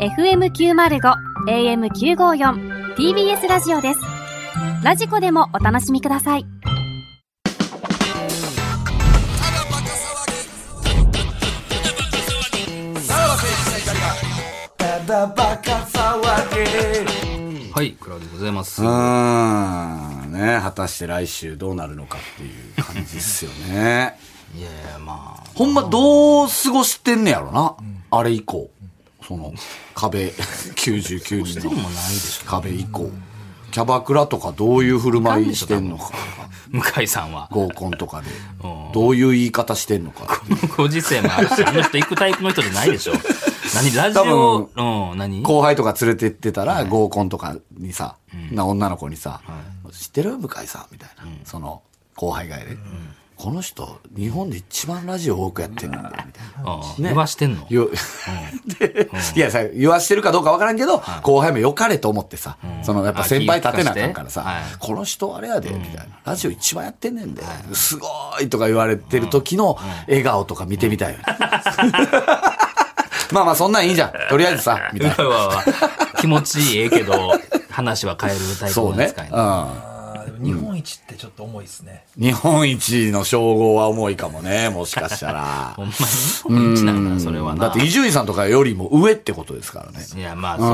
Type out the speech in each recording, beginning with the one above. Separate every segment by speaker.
Speaker 1: FM905 AM954 TBS ラジオですラジコでもお楽しみください
Speaker 2: はい、クラウドでございます。
Speaker 3: う
Speaker 2: は
Speaker 3: ーんね果たして来週どうなるのかっていう感じですよね
Speaker 2: いいやいや、まあ、
Speaker 3: ほんまどう過ごしてんねやろな、あれ以降その壁99人の壁以降キャバクラとかどういう振る舞いしてんのか
Speaker 2: 向井さんは、
Speaker 3: 合コンとかでどういう言い方してんのか
Speaker 2: ご時世もある し、あの人行くタイプの人じゃないでしょ。何、ラジオ、うん、何
Speaker 3: 後輩とか連れてってたら合コンとかにさ、な女の子にさ、知ってる向井さんみたいな、その後輩がやで、この人日本で一番ラジオ多くやってるんだよみたいな。
Speaker 2: うん言わしてんの
Speaker 3: よ でいやさ言わしてるかどうかわからんけど、後輩もよかれと思ってさ、そのやっぱ先輩立てなあかんからさ、
Speaker 2: あ気ぃ利かして
Speaker 3: この
Speaker 2: はい
Speaker 3: 人あれやで、みたいな、ラジオ一番やってんねんで、すごいとか言われてる時の笑顔とか見てみたいよね、 まあまあそんなんいいじゃんとりあえずさみ
Speaker 2: う
Speaker 3: たい
Speaker 2: わ
Speaker 3: な
Speaker 2: うわうわ気持ちいいけど、話は変えるタイプ
Speaker 3: そう
Speaker 2: の
Speaker 3: ね
Speaker 2: 扱い、ね。
Speaker 3: う
Speaker 4: あーでも日本一ってちょっと重いですね。
Speaker 3: ん、日本一の称号は重いかもね もしかした ら
Speaker 2: ほんまに日本一なんだな、それは
Speaker 3: だっ
Speaker 2: な。
Speaker 3: て伊集院さんとかよりも上ってことですからね
Speaker 2: いや、まあ、そう、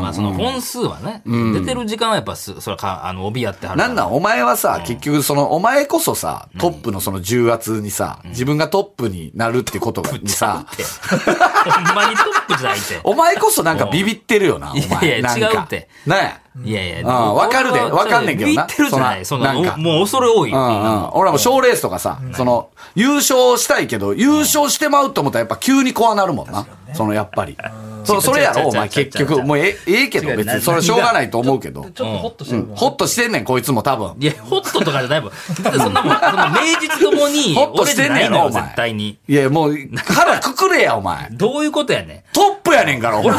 Speaker 2: まあ、その本数はね、出てる時間はやっぱす、それはか、あの、帯やってはるか
Speaker 3: な
Speaker 2: ら。
Speaker 3: んなんお前はさ、結局その、お前こそさ、トップのその重圧にさ、自分がトップになるって ことが、にさ、
Speaker 2: ほんまにトップじゃな いって。
Speaker 3: お前こそなんかビビってるよな、お
Speaker 2: うんいや
Speaker 3: 前。
Speaker 2: いや
Speaker 3: なん
Speaker 2: 違う
Speaker 3: か
Speaker 2: って
Speaker 3: ね
Speaker 2: いやいや、
Speaker 3: うんわかるで
Speaker 2: 俺は
Speaker 3: わかんねんけどな
Speaker 2: ビビってるじゃない。
Speaker 3: そ
Speaker 2: そ
Speaker 3: ん
Speaker 2: ん
Speaker 3: な
Speaker 2: な、
Speaker 3: なんか
Speaker 2: おもう恐れ多い。
Speaker 3: うんうん。俺はもう賞レースとかさ、その、優勝したいけど、優勝してまうと思ったらやっぱ急に怖なるもんな。そのやっぱり。そう、それや
Speaker 2: 違う違
Speaker 3: ろ、
Speaker 2: う
Speaker 3: お前
Speaker 2: 違う違う
Speaker 3: 結局。もうええ、ええけど
Speaker 2: 違う
Speaker 3: 別
Speaker 2: な
Speaker 3: に。それはしょうがないと思うけど。
Speaker 4: ちょっとホッとしてるもん。
Speaker 3: ホッとしてんねん、こいつも多分。
Speaker 2: いや、ホットとかじゃないもん。そんなもん、そんな名実ともに、
Speaker 3: ホッとしてんねんろ、お
Speaker 2: 俺じゃないのよ
Speaker 3: 前。
Speaker 2: 絶対に。
Speaker 3: いや、もう、腹くくれや、お前。
Speaker 2: どういうことやね
Speaker 3: トップやねんから、お前。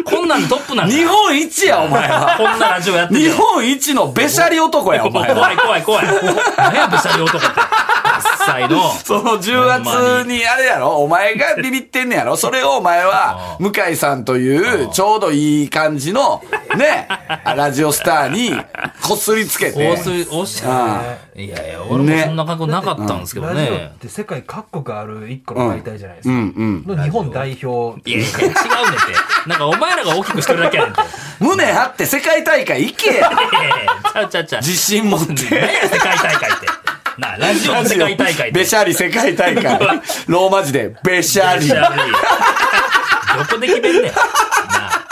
Speaker 2: ん。こんなんトップなんだ
Speaker 3: 日本一や、お前は。
Speaker 2: こんなラジオやって
Speaker 3: 日
Speaker 2: るよ。
Speaker 3: 本一のべしゃり男や、お前は。
Speaker 2: 怖い怖い怖い。何や、べしゃり男って。実際の。
Speaker 3: その10月にあれやろお前がビビってんねや ろそれをお前は、向井さんという、ちょうどいい感じの、ね、ラジオスターに、こすりつけ
Speaker 2: お
Speaker 3: て。
Speaker 2: す、おしゃいやいや、俺もそんな覚悟なかったんですけど
Speaker 4: ラジオ
Speaker 2: ね
Speaker 4: っ。て世界各国ある一個の媒体じゃないです
Speaker 3: うん
Speaker 4: か。
Speaker 3: うん。
Speaker 4: の日本代表。
Speaker 2: いやいや、違うねんって。なんかお前らが大きくしてるだけやねんて。
Speaker 3: 胸張って世界大会行けや
Speaker 2: いやいやいやちゃうちゃうちゃう。
Speaker 3: 自信持 って。
Speaker 2: 何や世界大会って。なあ、ラジオの世界大会って。
Speaker 3: べしゃり世界大 会。ローマ字で、べしゃ
Speaker 2: べ
Speaker 3: り
Speaker 2: し。ゃりどこで決めんねん。なあ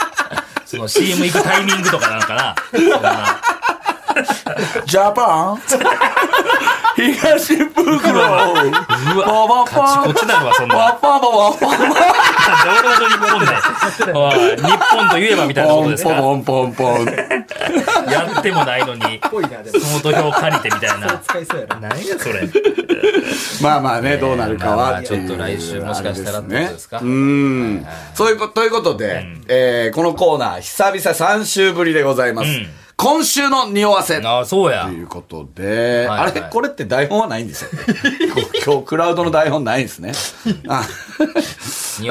Speaker 2: その CM 行くタイミングとかなんかな。そんな
Speaker 3: ジャ パン東袋
Speaker 2: うわ、カチコチだわ、そんな。
Speaker 3: ワッパーバワッパー
Speaker 2: 俺ほど日本で。おい日本といえばみたいなことですか。
Speaker 3: ポンポンポンポン。
Speaker 2: やってもないのに、
Speaker 4: ぽいな、でも。
Speaker 2: その土俵借りてみたいな。
Speaker 4: 使いそうやな。
Speaker 2: 何やそれ。
Speaker 3: まあまあね、どうなるか
Speaker 2: まあま
Speaker 3: は
Speaker 2: あ
Speaker 3: っていう。
Speaker 2: ちょっと来週もしかしたらってことですか
Speaker 3: あれねうん。そういうこと、ということで、えーこのコーナー、久々3週ぶりでございます。
Speaker 2: うん
Speaker 3: 今週の匂わせ。
Speaker 2: ああ、そうや
Speaker 3: と。いうことで、
Speaker 2: はいはい
Speaker 3: あれ、これって台本はないんですよ。 今日、クラウドの台本ないんですね。あ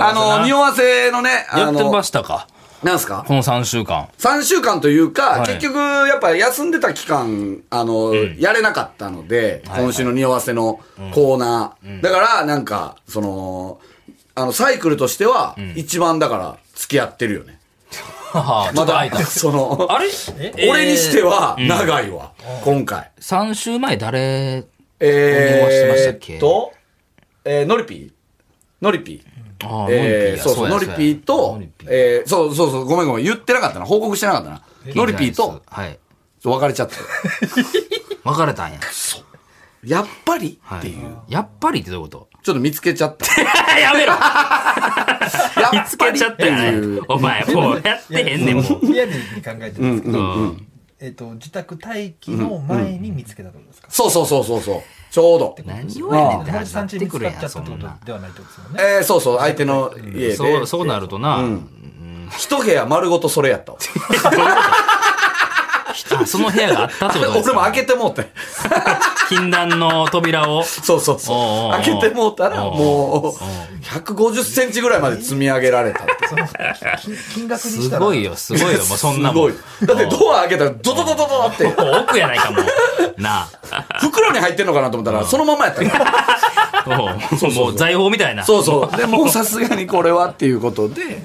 Speaker 3: あの、匂
Speaker 2: や
Speaker 3: わせのね、あ
Speaker 2: ってま
Speaker 3: の、
Speaker 2: したか
Speaker 3: なんすか
Speaker 2: この3週間。
Speaker 3: 3週間というか、
Speaker 2: はい
Speaker 3: 結局、やっぱ休んでた期間、あの、やれなかったので、
Speaker 2: い
Speaker 3: 今週の匂わせのコーナー。だから、なんか、その、あの、サイクルとしては、一番だから、付き合ってるよね。
Speaker 2: ははちょ
Speaker 3: ま
Speaker 2: っ
Speaker 3: だ
Speaker 2: と空いた、。
Speaker 3: その、
Speaker 2: あれ
Speaker 3: 俺にしては、長いわ、今回。
Speaker 2: 3週前誰
Speaker 3: え
Speaker 2: 匂わしてました
Speaker 3: ー
Speaker 2: っけ
Speaker 3: っと、えー、ノリピーノリピー。
Speaker 2: ああ
Speaker 3: えーそうそう、ノリピーと
Speaker 2: ノリピ、ー
Speaker 3: えーそうそうそう、ごめんごめん、言ってなかったな、報告してなかったな。ノリピーと、
Speaker 2: はい。
Speaker 3: 別れちゃった。
Speaker 2: 別れたんや。
Speaker 3: やっぱり
Speaker 2: は
Speaker 3: って
Speaker 2: い
Speaker 3: いう、
Speaker 2: やっぱりってどういうこと
Speaker 3: ちょっと見つけちゃった。
Speaker 2: やめろ
Speaker 3: やっぱり
Speaker 2: 見つけちゃったよ
Speaker 3: ってい
Speaker 2: ね
Speaker 3: う。
Speaker 2: お前、もうやってへんねん、もう。
Speaker 4: リアルに考えてるんですけど、
Speaker 2: うん
Speaker 4: えっと、自宅待機の前に見つけたってことですか
Speaker 3: そうそうそうそうそう。ちょうど。
Speaker 2: 何をやねんって
Speaker 4: 友達
Speaker 2: 話に
Speaker 4: さ
Speaker 2: なんっ
Speaker 4: ち
Speaker 2: て
Speaker 4: に見
Speaker 2: く
Speaker 4: つ
Speaker 2: る
Speaker 4: か
Speaker 2: や
Speaker 4: っちゃ
Speaker 2: ん、
Speaker 4: った
Speaker 2: そ
Speaker 4: っ
Speaker 2: ん
Speaker 4: てこと
Speaker 2: な。
Speaker 4: ではないってことですよね。
Speaker 3: えー、そうそう、相手の家で。
Speaker 2: そう、そうなるとな、
Speaker 3: 一部屋丸ごとそれやったわ。
Speaker 2: 一あ、その部屋があったってことです
Speaker 3: 俺
Speaker 2: か
Speaker 3: も開けてもうて。
Speaker 2: 禁断の扉を。
Speaker 3: そうそうそう
Speaker 2: おうおうおう
Speaker 3: 開けてもうたら、
Speaker 2: おう
Speaker 3: もう、150センチぐらいまで積み上げられたって。
Speaker 4: その金金額に
Speaker 2: す
Speaker 4: したら
Speaker 2: ごいよ、すごい よ、もうそんなもん。
Speaker 3: すごいだってドア開けたら、ドドドドドって、
Speaker 2: もう奥やないかも う。なあ。
Speaker 3: 袋に入ってんのかなと思ったら、そのままやったから。
Speaker 2: もうもう財宝みたいな。
Speaker 3: そう そう。でもうさすがにこれはっていうことで、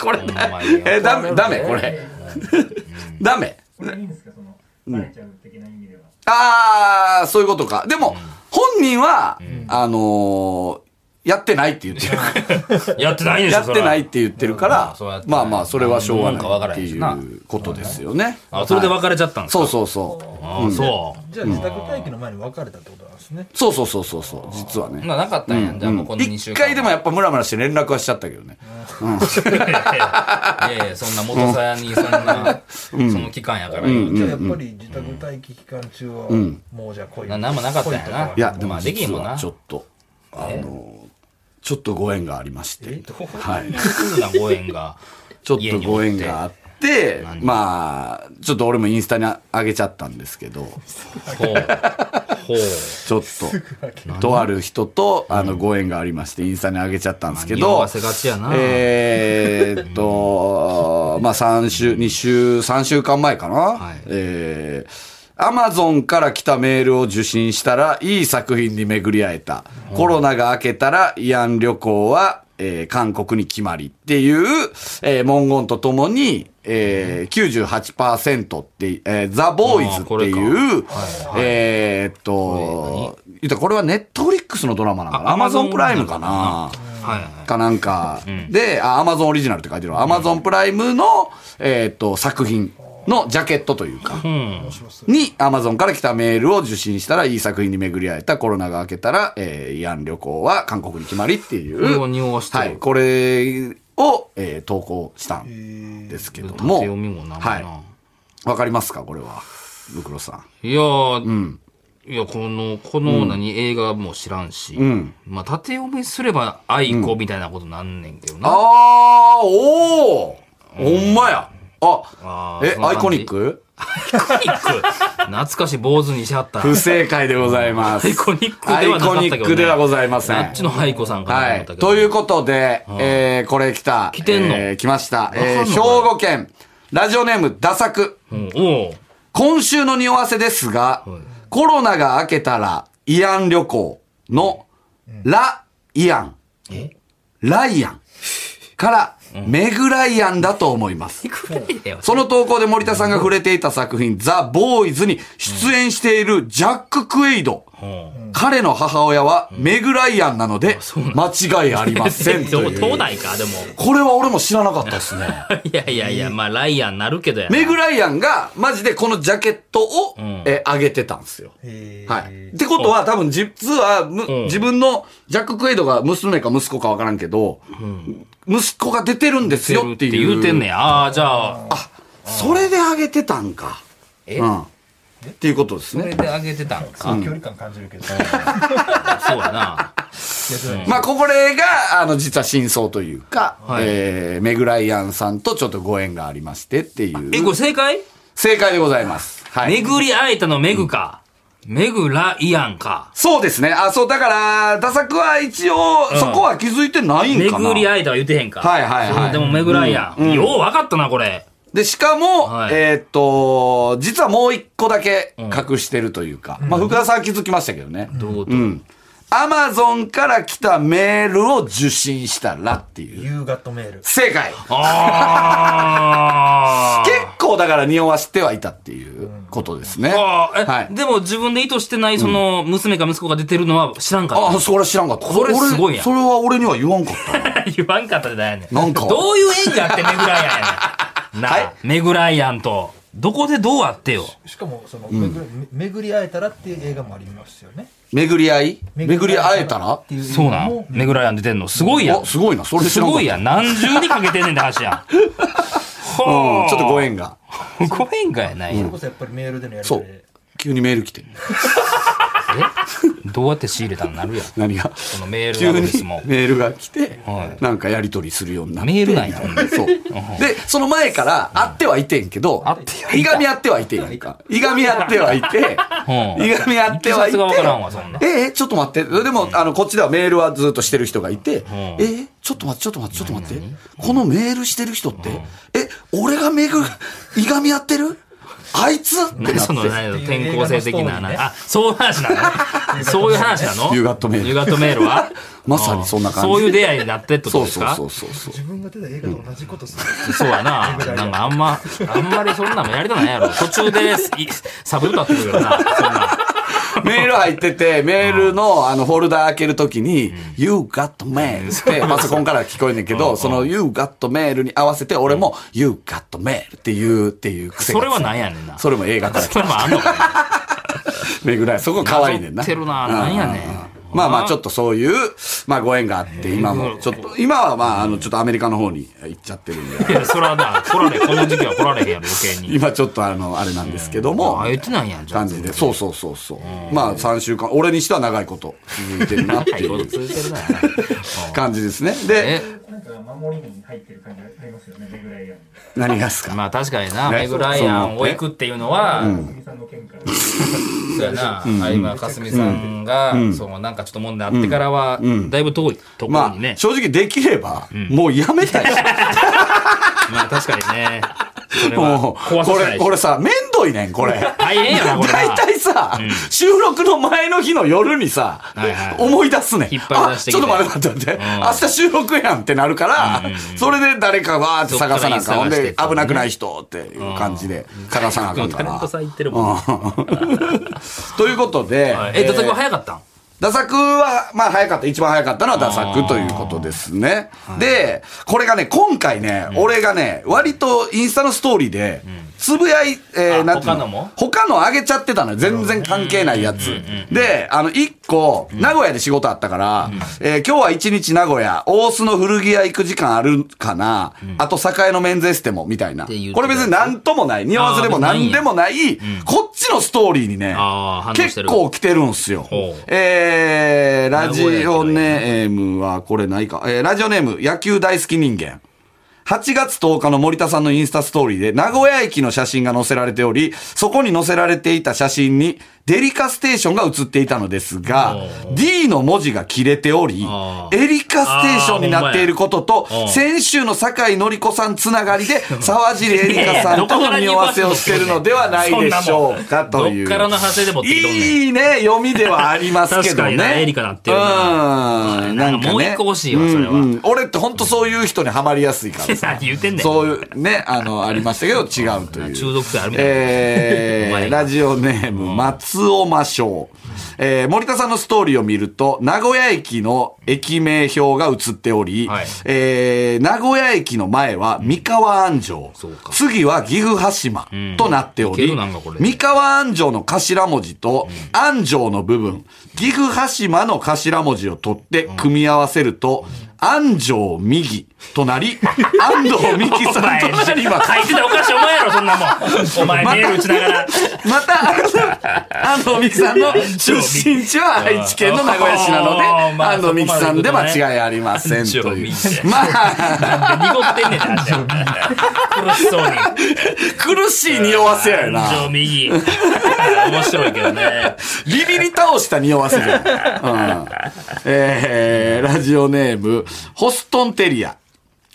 Speaker 3: これ
Speaker 2: お前よ、
Speaker 3: え、ダメ、ダメ、これ。 ダメ。ああ、そういうことか。でも、本人は、あのー、やってないって言って る。
Speaker 2: やってないでしょ、
Speaker 3: やってないって言ってるから
Speaker 2: それはうん、
Speaker 3: まあまあ、それはしょうが
Speaker 2: なんかわか
Speaker 3: な
Speaker 2: ら
Speaker 3: い
Speaker 2: へ
Speaker 3: っ
Speaker 2: ん
Speaker 3: て
Speaker 2: し
Speaker 3: い
Speaker 2: な
Speaker 3: うことですよね。
Speaker 2: あ、それで
Speaker 3: はい
Speaker 2: 別れちゃったんですか
Speaker 3: そうそうそう。
Speaker 2: あそ
Speaker 4: じゃあ自宅待機の前に別れたってことなんですね
Speaker 3: そうそうそうそうそう、実はね
Speaker 2: う。。な、なかったんや。じゃあもうこの2週
Speaker 3: 一
Speaker 2: 間。
Speaker 3: 回でもやっぱムラムラして連絡はしちゃったけどね。
Speaker 2: いやいや、そんな元さやに、そんな、その期間やから。
Speaker 4: じゃあやっぱり自宅待機期間中はもうじゃあ来い
Speaker 2: ななんもなかったんやな
Speaker 4: 来
Speaker 3: い
Speaker 4: いと
Speaker 3: や、で
Speaker 2: ま
Speaker 3: も
Speaker 2: あできへん
Speaker 3: 実
Speaker 2: もんな
Speaker 3: はちょっと、あの、ちょっとご縁がありまして。はい。
Speaker 2: すぐなご縁が。
Speaker 3: ちょっとご縁があって、まあ、ちょっと俺もインスタに上げちゃったんですけど、
Speaker 2: ほう。ほう。
Speaker 3: ちょっと、とある人と、あの、ご縁がありまして、インスタに上げちゃったんですけ
Speaker 2: まあ匂
Speaker 3: ど
Speaker 2: わ、せがちやな
Speaker 3: えーっと、まあ、3週、2週、3週間前かな、
Speaker 2: い
Speaker 3: えー、アマゾンから来たメールを受信したら、いい作品に巡り会えた。コロナが明けたら、慰安旅行は、えー韓国に決まりっていう、えー文言とともに、えー、98%って、えーザ・ボーイズっていう、えーっと、言ったらこれはネットフリックスのドラマなのかな
Speaker 2: あ
Speaker 3: アマゾン
Speaker 2: Amazon
Speaker 3: プライムかな
Speaker 2: はいはい。
Speaker 3: かなんかで、あ、アマゾンオリジナルって書いてるわ。アマゾンプライムの、えーっと、作品のジャケットというか、に、アマゾンから来たメールを受信したら、いい作品に巡り会えた、コロナが明けたら、えー、慰安旅行は韓国に決まりってい
Speaker 2: これを
Speaker 3: う、
Speaker 2: 匂わしてる。
Speaker 3: はい、これを、えー投稿したんですけども、
Speaker 2: 縦読みもなんもな
Speaker 3: はい。わかりますかこれは、ブクロさん。
Speaker 2: いやー、いや、この、この何、映画も知らんし、まあ、縦読みすれば愛子みたいなことなんねんけどな。
Speaker 3: あー、おーほんまや。あ
Speaker 2: あ、ー
Speaker 3: え
Speaker 2: そ、んな
Speaker 3: アイ
Speaker 2: 感じ
Speaker 3: コニック
Speaker 2: アイコニック懐かしい坊主にしはった。
Speaker 3: 不正解でございます。
Speaker 2: アイコニックではなかったけど、ね。
Speaker 3: アイコニックではございません
Speaker 2: あっちの愛子さんかな
Speaker 3: は
Speaker 2: 思っ
Speaker 3: い。
Speaker 2: たけど。
Speaker 3: ということで、えー、これ来た。
Speaker 2: 来てんの
Speaker 3: えー来ました。えー、
Speaker 2: わかんの
Speaker 3: 兵
Speaker 2: これ
Speaker 3: 庫県、ラジオネーム、ダサク。
Speaker 2: うんおう
Speaker 3: 今週の匂わせですが、
Speaker 2: はい
Speaker 3: コロナが明けたら、慰安旅行の、ラ・イアン、ライアンから、メグライアンだと思います。
Speaker 2: いや
Speaker 3: その投稿で森田さんが触れていた作品、ザ・ボーイズに出演しているジャック・クエイド。
Speaker 2: うん
Speaker 3: 彼の母親はメグライアンなので、間違いありませんと
Speaker 2: どう
Speaker 3: い
Speaker 2: どう
Speaker 3: う。
Speaker 2: ないか、でも。
Speaker 3: これは俺も知らなかったですね。
Speaker 2: いやいやいや、まあ、ライアンなるけどやな。
Speaker 3: メグライアンが、マジでこのジャケットを、
Speaker 2: ん
Speaker 3: えー上げてたんですよ。
Speaker 4: へー
Speaker 3: はい。ってことは、多分、実は、む
Speaker 2: うん
Speaker 3: 自分の、ジャック・クエイドが娘か息子かわからんけど、息子が出てるんですよって
Speaker 2: って
Speaker 3: いう。
Speaker 2: 言うてんねん。ああ、じゃあ、
Speaker 3: あ、それで上げてたんか。
Speaker 2: え
Speaker 3: うん。っていうことです
Speaker 2: それ
Speaker 3: ね。
Speaker 2: であげてたんか。
Speaker 4: 距離感感じるけど
Speaker 2: そうやな。
Speaker 3: まあ、これが、あの、実は真相というか、
Speaker 2: はい
Speaker 3: えー、メグライアンさんとちょっとご縁がありましてってい
Speaker 2: え、こ
Speaker 3: う。
Speaker 2: れ正解
Speaker 3: 正解でございます。はい。
Speaker 2: 巡り会えたのメグか。メグライアンか。
Speaker 3: そうですね。あ、そう、だから、ダサクは一応、
Speaker 2: ん
Speaker 3: そこは気づいてないんかな。
Speaker 2: 巡り会えたは言ってへんか。
Speaker 3: はいはいはい
Speaker 2: そうでもメグライアン。よう分かったな、これ。
Speaker 3: で、しかも、
Speaker 2: はい
Speaker 3: えーっと、実はもう一個だけ隠してるというか、まあ、福田さんは気づきましたけどね。
Speaker 2: どういうこと
Speaker 3: うん。アマゾンから来たメールを受信したらっていう。
Speaker 4: 夕方メール
Speaker 3: 正解
Speaker 2: あ
Speaker 3: 結構だから匂わしてはいたっていうことですね。
Speaker 2: ーあー。え、
Speaker 3: はい。
Speaker 2: でも自分で意図してない、その、娘か息子が出てるのは知らんかった。
Speaker 3: あ、それ知らんかった。
Speaker 2: これすごい
Speaker 3: 俺
Speaker 2: やん
Speaker 3: それは俺には言わんかったな。
Speaker 2: 言わんかったでないね
Speaker 3: なんか
Speaker 2: どういう縁があってメグライアンやね ん。なあ、
Speaker 3: はい
Speaker 2: メグライアンと。どこでどうあってよ。
Speaker 4: しかもその巡り巡り会えたらっていう映画もありますよね
Speaker 3: 巡り合い巡り会えたら
Speaker 4: っていう
Speaker 2: そうな
Speaker 4: の
Speaker 2: ん
Speaker 4: も
Speaker 2: メグライアン出てんの。すごいやん
Speaker 3: あ、。すごいな。それ知
Speaker 2: す
Speaker 3: らんかった。
Speaker 2: ごいやん。何重にかけてんねんって話 やん。
Speaker 3: う
Speaker 2: ほ
Speaker 3: ん。ちょっとご縁が。
Speaker 2: ごめんがやない
Speaker 4: そ
Speaker 2: や
Speaker 4: れこそやっぱりメールでのやり
Speaker 3: そう
Speaker 4: 取りで。
Speaker 3: 急にメール来て。
Speaker 2: どうやって仕入れたのなるやん。
Speaker 3: 何が
Speaker 2: そのメール
Speaker 3: 急
Speaker 2: アド
Speaker 3: に
Speaker 2: レスも。
Speaker 3: メールが来て、
Speaker 2: は
Speaker 3: なんかやり取りするようになって
Speaker 2: メールなんや
Speaker 3: みたいそうでその前から会ってはいてんけど
Speaker 2: 会ってはいた
Speaker 3: いがみ合ってはいてんやんかいがみ合ってはい て
Speaker 2: うん
Speaker 3: いがみ合ってはい
Speaker 2: いきさつがわからんわ
Speaker 3: て
Speaker 2: そんな
Speaker 3: ええちょっと待ってでもあのこっちではメールはずっとしてる人がいてええちょっと待ってちょっと待ってちょっと待ってこのメールしてる人ってえ俺がめぐいがみ合ってるあいつってなって
Speaker 2: 何その何
Speaker 4: って
Speaker 2: 転校生的な
Speaker 4: 映画のストーリーね
Speaker 2: なあそういう話なの そういう話なの
Speaker 3: ユーガットメール
Speaker 2: ユーガットメールは
Speaker 3: ま さにそんな感じ
Speaker 2: そういう出会いになってってこ
Speaker 3: そ
Speaker 2: と
Speaker 3: う
Speaker 2: です
Speaker 3: そう
Speaker 2: か
Speaker 3: そうそうそう
Speaker 4: 自分が出た映画と同じことする。
Speaker 2: そうやな。なんかあんま、あんまりそんなのやりたないやろ。途中ですいサブ歌ってくるからな。そんな。
Speaker 3: メール入ってて、メールのあのフォルダー開けるときに、You got mail ってパソコンから聞こえんねんけど、その You got mail に合わせて俺も You got mail っていうっていう癖が
Speaker 2: そ
Speaker 3: つ
Speaker 2: れ
Speaker 3: い
Speaker 2: はなんやねんな。
Speaker 3: それも映画から来
Speaker 2: それもあんのかな
Speaker 3: めぐらい。そこ可愛いねんな。
Speaker 2: なぞってるななんやねん
Speaker 3: うううまあまあちょっとそういう、まあご縁があって、今もちょっと、今はまああのちょっとアメリカの方に行っちゃってるんで、
Speaker 2: いや、それはな、来られ、この時期は来られへんやろ、余計に。
Speaker 3: 今ちょっとあの、あれなんですけども。
Speaker 2: あ、言ってないやん、じゃあ
Speaker 3: 感。じで。そうそうそうそう。まあ3週間、俺にしては長いこと続いてるなって
Speaker 2: はいい、こと
Speaker 3: う
Speaker 2: 続いてるな。
Speaker 3: 感じですね。で
Speaker 2: え、、
Speaker 5: なんか守りに入ってる感じありますよね、レグライアン。
Speaker 3: 何がですか
Speaker 2: まあ確かにな、
Speaker 3: ね
Speaker 2: メグライアンを行くっていうのは、
Speaker 5: 神さんの件から。
Speaker 2: そうやな、相葉かすみさんが、そのなんかちょっと問題あってからは、だいぶ遠いところ
Speaker 3: ま
Speaker 2: に
Speaker 3: あ、
Speaker 2: ね、
Speaker 3: 正直できれば、もうやめたいし。
Speaker 2: まあ確かにね、 それ
Speaker 3: も
Speaker 2: は
Speaker 3: う、
Speaker 2: 壊さ
Speaker 3: こ
Speaker 2: せな
Speaker 3: れ、
Speaker 2: いし
Speaker 3: こ。れさ、めんどいねん、これ。
Speaker 2: 大変やな、これ
Speaker 3: 大
Speaker 2: な。
Speaker 3: 体さ、収録の前の日の夜にさ、
Speaker 2: はいはい
Speaker 3: 思い出すねん。
Speaker 2: 引っ張り出してきて
Speaker 3: あちょっと待って待って待って、
Speaker 2: うん
Speaker 3: 明日収録やんってなるから、それで誰かわーって探さなあかん。
Speaker 2: そ
Speaker 3: ほ
Speaker 2: っ
Speaker 3: ん
Speaker 2: からいい
Speaker 3: で
Speaker 2: 人探し
Speaker 3: 危
Speaker 2: て、
Speaker 3: なくない人っていう感じで探さなあかんか
Speaker 2: タレン
Speaker 3: ら
Speaker 2: ト。さん行ってるもん。
Speaker 3: ということで、
Speaker 2: え、打作は早かったん
Speaker 3: 打作は、まあ早かった、一番早かったのは打作ということですね。で、これがね、今回ね、俺がね、割とインスタのストーリーで、つぶやい、え
Speaker 2: あ
Speaker 3: なんていう
Speaker 2: 他のも
Speaker 3: 他のあげちゃってたのよ。全然関係ないやつ。で、あの、一個、名古屋で仕事あったから、えー今日は一日名古屋、大須の古着屋行く時間あるかな、あと栄のメンズエステも、みたいな。
Speaker 2: て言ってた
Speaker 3: これ別に何ともない、ニュアンスでも何でもない、こっちのストーリーにね
Speaker 2: あー反応、して
Speaker 3: 結
Speaker 2: る
Speaker 3: 構来てるんすよ
Speaker 2: ほう。
Speaker 3: えー、ラジオネームは、これないか。えー、ラジオネーム、野球大好き人間。8月10日の森田さんのインスタストーリーで、名古屋駅の写真が載せられており、そこに載せられていた写真に、デリカステーションが写っていたのですが、D の文字が切れており
Speaker 2: あ、ー
Speaker 3: エリカステーションになっていることと
Speaker 2: ほんまやう、ん
Speaker 3: 先週の酒井のり子さんつなが りで、沢尻エリカさんとの匂わせをしてるのではないでしょうか、という。
Speaker 2: どっからの派生で持ってきとんねん
Speaker 3: いいね、読みではありますけど
Speaker 2: 確かにな
Speaker 3: ね。
Speaker 2: エリカなってるな
Speaker 3: うん。
Speaker 2: な
Speaker 3: なんん
Speaker 2: か
Speaker 3: か
Speaker 2: もう
Speaker 3: ね
Speaker 2: 一個欲しいわそれは
Speaker 3: うんうん俺って本当そういう人にはまりやすいからさ。
Speaker 2: 何言ってん ねん。
Speaker 3: そういう、ね、あの、ありましたけど、違うという。
Speaker 2: 中毒性あるみたいな。
Speaker 3: え
Speaker 2: お前
Speaker 3: ー、
Speaker 2: が
Speaker 3: ラジオネーム、松尾魔性。えー、森田さんのストーリーを見ると、名古屋駅の駅名表が映っており、
Speaker 2: はい
Speaker 3: えー、名古屋駅の前は三河安城、
Speaker 2: そうか
Speaker 3: 次は岐阜羽島となっており、
Speaker 2: いけるなんかこれ
Speaker 3: 三河安城の頭文字と、安城の部分、岐阜羽島の頭文字を取って組み合わせると、安城右とな り、安藤美希
Speaker 2: お
Speaker 3: さん
Speaker 2: 前、書
Speaker 3: となります。
Speaker 2: いてたおかしいお前やろ、そんなもん。お前、メール打ちながら。
Speaker 3: また、あの安藤美希さんの出身地は愛知県の名古屋市なので、
Speaker 2: あーまあ
Speaker 3: 安藤美希さんで間違いありませんと
Speaker 2: そこまで
Speaker 3: い
Speaker 2: 言
Speaker 3: う
Speaker 2: うとね。
Speaker 3: まあ、
Speaker 2: なんで濁ってんねんって話や。苦しそうに。
Speaker 3: 苦しい匂わせやよ
Speaker 2: 感情
Speaker 3: な。
Speaker 2: 右。面白いけどね。
Speaker 3: ビビり倒した匂わせじゃん。うん。えー、ラジオネーム、ホストンテリア。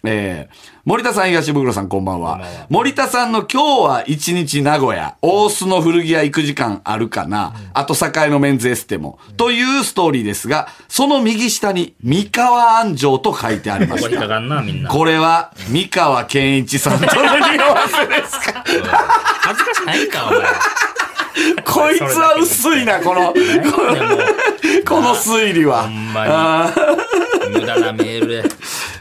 Speaker 3: えー、森田さん、東袋さん、こんばんは。森田さんの今日は一日名古屋、大須の古着屋行く時間あるかな、あと境のメンズエステも、というストーリーですが、その右下に三河安城と書いてありま
Speaker 2: こ
Speaker 3: し
Speaker 2: り
Speaker 3: た
Speaker 2: か。かんな、みんな。
Speaker 3: これは、三河健一さんとの 匂わせですか
Speaker 2: 恥ずかしないか、お前。
Speaker 3: こいつは薄いな、この、こ
Speaker 2: いやも
Speaker 3: のこの推理は。
Speaker 2: ほんまに。無駄なメールで。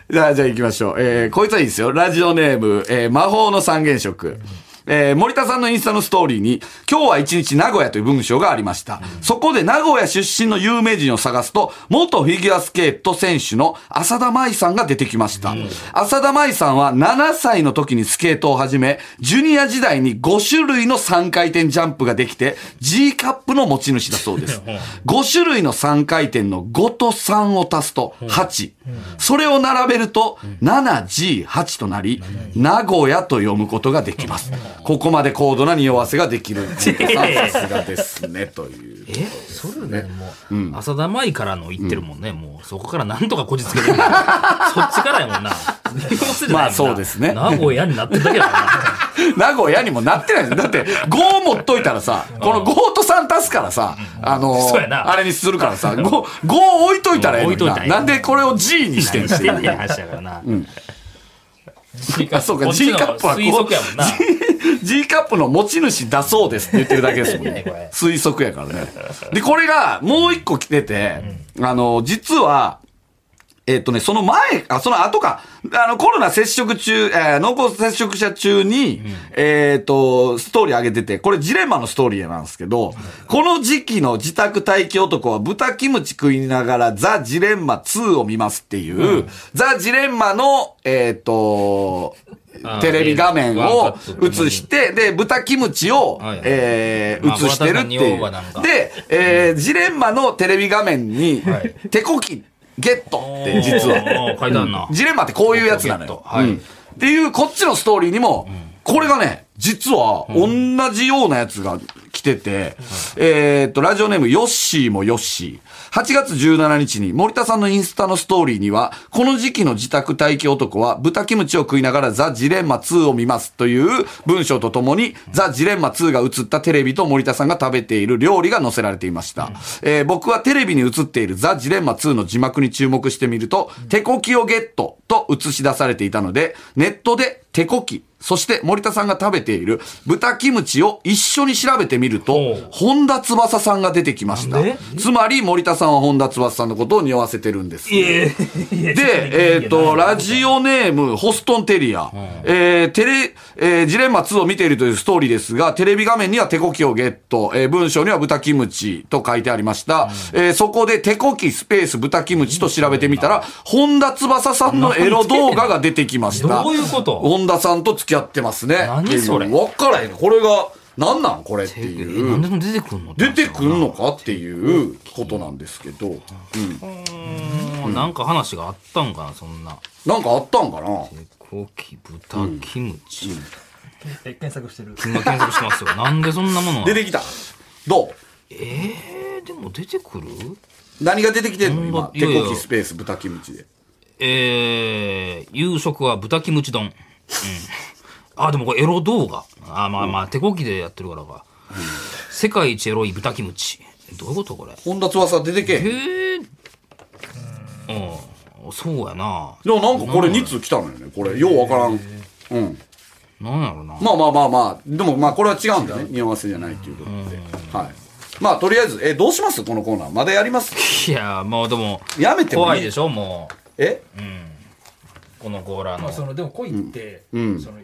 Speaker 3: じゃあ、じゃあ行きましょう。えー、こいつはいいですよ。ラジオネーム、えー、魔法の三原色。えー森田さんのインスタのストーリーに、今日は一日名古屋という文章がありました。そこで名古屋出身の有名人を探すと、元フィギュアスケート選手の浅田舞さんが出てきました。浅田舞さんは7歳の時にスケートを始め、ジュニア時代に5種類の3回転ジャンプができて、G カップの持ち主だそうです。5種類の3回転の5と3を足すと8。それを並べると 7G8 となり、名古屋と読むことができます。ここまで高度な匂わせができる。さすがですね、という。
Speaker 2: えそれね、もう、浅田舞からの言ってるもんね、もう、そこからなんとかこじつけてるんだよそっちからやもん な。
Speaker 3: まあそうですね
Speaker 2: 名古屋になってるだけだか
Speaker 3: 名古屋にもなってないですだって、5持っといたらさ、この5と3足すからさ、あの
Speaker 2: そうやな
Speaker 3: あれにするからさ、5、5置いといたらええのに
Speaker 2: 置いといた
Speaker 3: な。
Speaker 2: らええの
Speaker 3: な
Speaker 2: に
Speaker 3: んでこれを G に
Speaker 2: ら。
Speaker 3: してん
Speaker 2: 何
Speaker 3: の
Speaker 2: してんねん、話だからな。
Speaker 3: あそうか、
Speaker 2: こっち
Speaker 3: G
Speaker 2: の
Speaker 3: カップはこう
Speaker 2: 推測やもんな
Speaker 3: G, G カップの持ち主だそうですって言ってるだけですもん ね。推測やからね。で、これがもう一個来てて、あの、実は、えっとね、その前、あ、その後か、あの、コロナ接触中、えー濃厚接触者中に、えっと、ストーリー上げてて、これジレンマのストーリーなんですけど、この時期の自宅待機男は豚キムチ食いながらザ・ジレンマ2を見ますっていう、ザ・ジレンマの、えっと、
Speaker 2: あー
Speaker 3: テレビ画面
Speaker 2: ワン
Speaker 3: を
Speaker 2: カット
Speaker 3: 映して、で、豚キムチを
Speaker 2: はい、
Speaker 3: え
Speaker 2: まあ
Speaker 3: ー、映してるってい
Speaker 2: これは何をなんか
Speaker 3: う。で、えー、ジレンマのテレビ画面に
Speaker 2: はい、
Speaker 3: 手こき、ゲットって実は。
Speaker 2: おー書いてあんな。
Speaker 3: ジレンマってこういうやつなの
Speaker 2: ポケッ
Speaker 3: よ。
Speaker 2: トはい
Speaker 3: うんっていう、こっちのストーリーにも、これがね、実は、同じようなやつが来てて、えーっと、ラジオネーム、ヨッシーもヨッシー。8月17日に、森田さんのインスタのストーリーには、この時期の自宅待機男は、豚キムチを食いながらザ・ジレンマ2を見ますという文章とともに、ザ・ジレンマ2が映ったテレビと森田さんが食べている料理が載せられていました。えー僕はテレビに映っているザ・ジレンマ2の字幕に注目してみると、手こきをゲットと映し出されていたので、ネットで手こき、そして森田さんが食べている豚キムチを一緒に調べてみる
Speaker 2: お
Speaker 3: と
Speaker 2: う、
Speaker 3: 本田翼さんが出てきました
Speaker 2: なんで。
Speaker 3: つまり森田さんは本田翼さんのことを匂わせてるんです。で、えっ、と、ラジオネーム、ホストンテリア。えーテレ、えージレンマ2を見ているというストーリーですが、テレビ画面には手こきをゲット、えー文章には豚キムチと書いてありました。えーそこで手こきスペース豚キムチと調べてみたら、本田翼さんのエロ動画が出てきました。
Speaker 2: どういうこと
Speaker 3: 本田さんと付き合ってますね。
Speaker 2: 何それ
Speaker 3: っていうわからへん。これが、なんなんこれって
Speaker 2: え
Speaker 3: いう。
Speaker 2: 何でも出てくるの
Speaker 3: 出てくるのかっていうことなんですけど、
Speaker 2: うんなんか話があったんかな、そんな。
Speaker 3: なんかあったんかな
Speaker 2: 手こき、豚キムチ。
Speaker 4: え検索してる
Speaker 2: 今検索してま すよ。なんでそんなものが
Speaker 3: 出てきたどう
Speaker 2: えー、でも出てくる
Speaker 3: 何が出てきてんの今
Speaker 2: 本、田
Speaker 3: 手
Speaker 2: いやいや
Speaker 3: こきスペース豚キムチで。
Speaker 2: えー、夕食は豚キムチ丼。うん。あ、でもこれエロ動画。あ、まあまあ、手こきでやってるからか。世界一エロい豚キムチ。どういうことこれ。
Speaker 3: 本田翼出てけへん。で
Speaker 2: えー、うん。そうやな。
Speaker 3: もなんかこれ2通来たのよね。これ、ようわからん。うん。
Speaker 2: なんやろな。
Speaker 3: まあまあまあまあ、でもまあこれは違うんだよね。匂わせじゃないっていうことで。はい。まあとりあえず、え、どうしますこのコーナー。まだやります
Speaker 2: いや、もうでも、
Speaker 3: やめてもいい
Speaker 2: 怖いでしょ、も
Speaker 3: え
Speaker 2: う。このゴーラー
Speaker 4: まあそ
Speaker 2: の。
Speaker 4: のでも恋って、
Speaker 3: ん
Speaker 4: その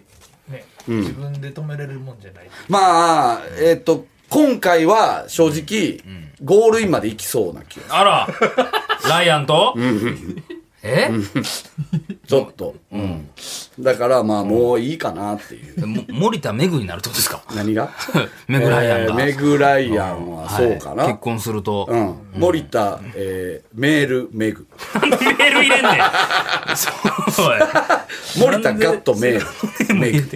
Speaker 4: ね、自分で止めれるもんじゃない、
Speaker 3: まあ、えっと、今回は正直、ゴールインまで行きそうな気がす
Speaker 2: あらライアンとえ
Speaker 3: る。ちょっと。うん。だからまあもういいかなっていう。
Speaker 2: も森田めぐになるってことですか
Speaker 3: 何が
Speaker 2: メグライアン
Speaker 3: えー
Speaker 2: が。
Speaker 3: メグライアンはそうかな。
Speaker 2: はい結婚すると。
Speaker 3: うん。森田、えーメール、メグ。
Speaker 2: メール入 れんねん。そうや。
Speaker 3: 森田ガットメール、メグ。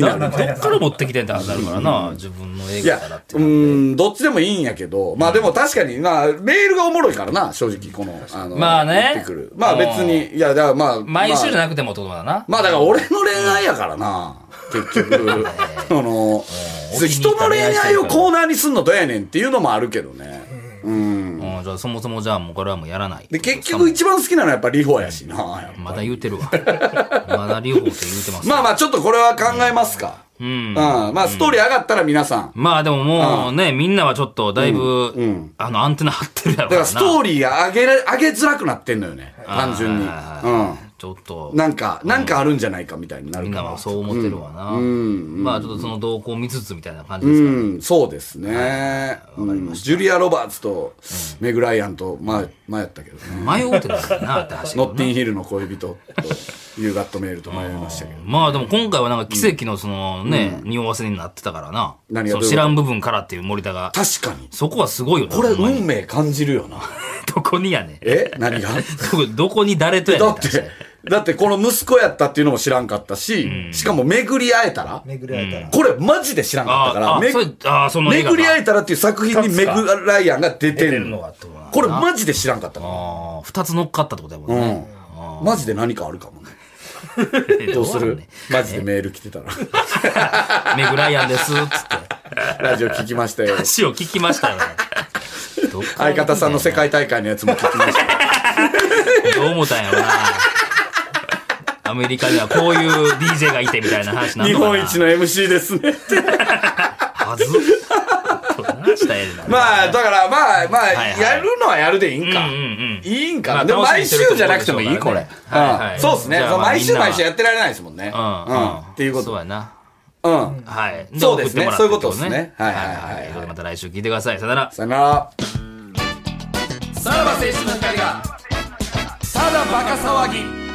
Speaker 2: どっから持ってきてんって話になるからな、自分の映
Speaker 3: いや
Speaker 2: 画からっ、て
Speaker 3: う。ーん、どっちでもいいんやけど、まあでも確かに、まあ、メールがおもろいからな、正直、この、あの、
Speaker 2: まあね
Speaker 3: 送ってくるまあ別に、いや、だからまあ、
Speaker 2: 毎週じゃ
Speaker 3: まあ
Speaker 2: なくてもってことだな。
Speaker 3: まあだから俺の恋愛やからな、 結局、その、
Speaker 2: うん
Speaker 3: 人の恋愛をコーナーにすんのどうやねんっていうのもあるけどね。うん。
Speaker 2: うんじゃあそもそもじゃあもうこれはもうやらない。
Speaker 3: で、結局一番好きなのはやっぱリホやしな、やっぱ
Speaker 2: まだ言うてるわ。まだ両方って言うてます。
Speaker 3: まあまあ、ちょっとこれは考えますか。
Speaker 2: うん
Speaker 3: うん。まあ、ストーリー上がったら皆さん。
Speaker 2: まあでももうね、みんなはちょっとだいぶ、あの、アンテナ張ってるやろ
Speaker 3: だから、ストー
Speaker 2: リ
Speaker 3: リーが上げられ、上げづらくなってんのよね。単純に。う
Speaker 2: ちょっと
Speaker 3: ん。、なんか、なんかあるんじゃないかみたいにな
Speaker 2: み
Speaker 3: る
Speaker 2: ん
Speaker 3: か
Speaker 2: なは
Speaker 3: ら。
Speaker 2: そう思ってるわな。まあちょっとその動向を見つつみたいな感じ
Speaker 3: う
Speaker 2: ですかね。
Speaker 3: ん、そうですね。うんジュリア・ロバーツとメグ・ライアンと、まあ、前やったけどね。
Speaker 2: 迷うてるからな、って走
Speaker 3: ノッティンヒルの恋人と、ユーガットメールと迷いましたけど。
Speaker 2: まあでも今回はなんか奇跡のそのね、匂わせになってたからな。
Speaker 3: 何がどういう
Speaker 2: その
Speaker 3: こと
Speaker 2: 知らん部分からっていう森田が。
Speaker 3: 確かに。
Speaker 2: そこはすごいよね。
Speaker 3: これ、
Speaker 2: ほんまに
Speaker 3: 運命感じるよな。
Speaker 2: どこにやねん。
Speaker 3: え何 が
Speaker 2: どこどこに誰とやね
Speaker 3: だ
Speaker 2: ん。
Speaker 3: って、だってこの息子やったっていうのも知らんかったし、しかも巡り会えたら、
Speaker 4: 巡り会えたら、
Speaker 3: これマジで知らんかったから、
Speaker 2: ああ
Speaker 3: め
Speaker 2: それあその映画
Speaker 3: 巡
Speaker 2: が
Speaker 3: り会えたらっていう作品にメグライアンが出て
Speaker 2: 出て
Speaker 3: る
Speaker 2: るの
Speaker 3: の。
Speaker 2: がってことな
Speaker 3: これマジで知らんかったか
Speaker 2: ああ、二つ乗っかったってことやもん
Speaker 3: ら。う
Speaker 2: ね。
Speaker 3: ん。マジで何かあるかもね。どうするマジでメール来てた ら。
Speaker 2: メグライアンです、つって。
Speaker 3: ラジオ聞きましたよ。
Speaker 2: 話を聞きましたよ。どっから
Speaker 3: 相方さんの世界大会のやつも聞きました。
Speaker 2: どう思ったんやろな。アメリカではこういう DJ がいてみたいな話 なん
Speaker 3: 日
Speaker 2: のかな
Speaker 3: 本一の MC ですね。
Speaker 2: はず。話したらええねんな。
Speaker 3: まあ、だから、まあ、まあ、
Speaker 2: はいはい
Speaker 3: やるのはやるでいいんか。
Speaker 2: うんうんうん
Speaker 3: いいんか
Speaker 2: まあ
Speaker 3: な。でも、
Speaker 2: 楽しみ
Speaker 3: 毎
Speaker 2: にしてる
Speaker 3: 週
Speaker 2: 人
Speaker 3: じゃ
Speaker 2: も多
Speaker 3: な
Speaker 2: い
Speaker 3: く
Speaker 2: で
Speaker 3: て
Speaker 2: しょ
Speaker 3: も
Speaker 2: うか
Speaker 3: い
Speaker 2: らね
Speaker 3: い、これ。
Speaker 2: はいはい
Speaker 3: うんそうですね。
Speaker 2: じゃあ
Speaker 3: そう
Speaker 2: まあ
Speaker 3: 毎週
Speaker 2: みんな
Speaker 3: 毎週やってられないですもんね。
Speaker 2: うんうん
Speaker 3: っていうこ
Speaker 2: そうや
Speaker 3: と。
Speaker 2: な。
Speaker 3: うん。
Speaker 2: はい。
Speaker 3: そうですね
Speaker 2: 送ってもらって
Speaker 3: そういうことですねはいはいはいはい
Speaker 2: とうことでまた来週聞いてください。さよなら。
Speaker 3: さよなら。さらば青春の光が、ただバカ騒ぎ。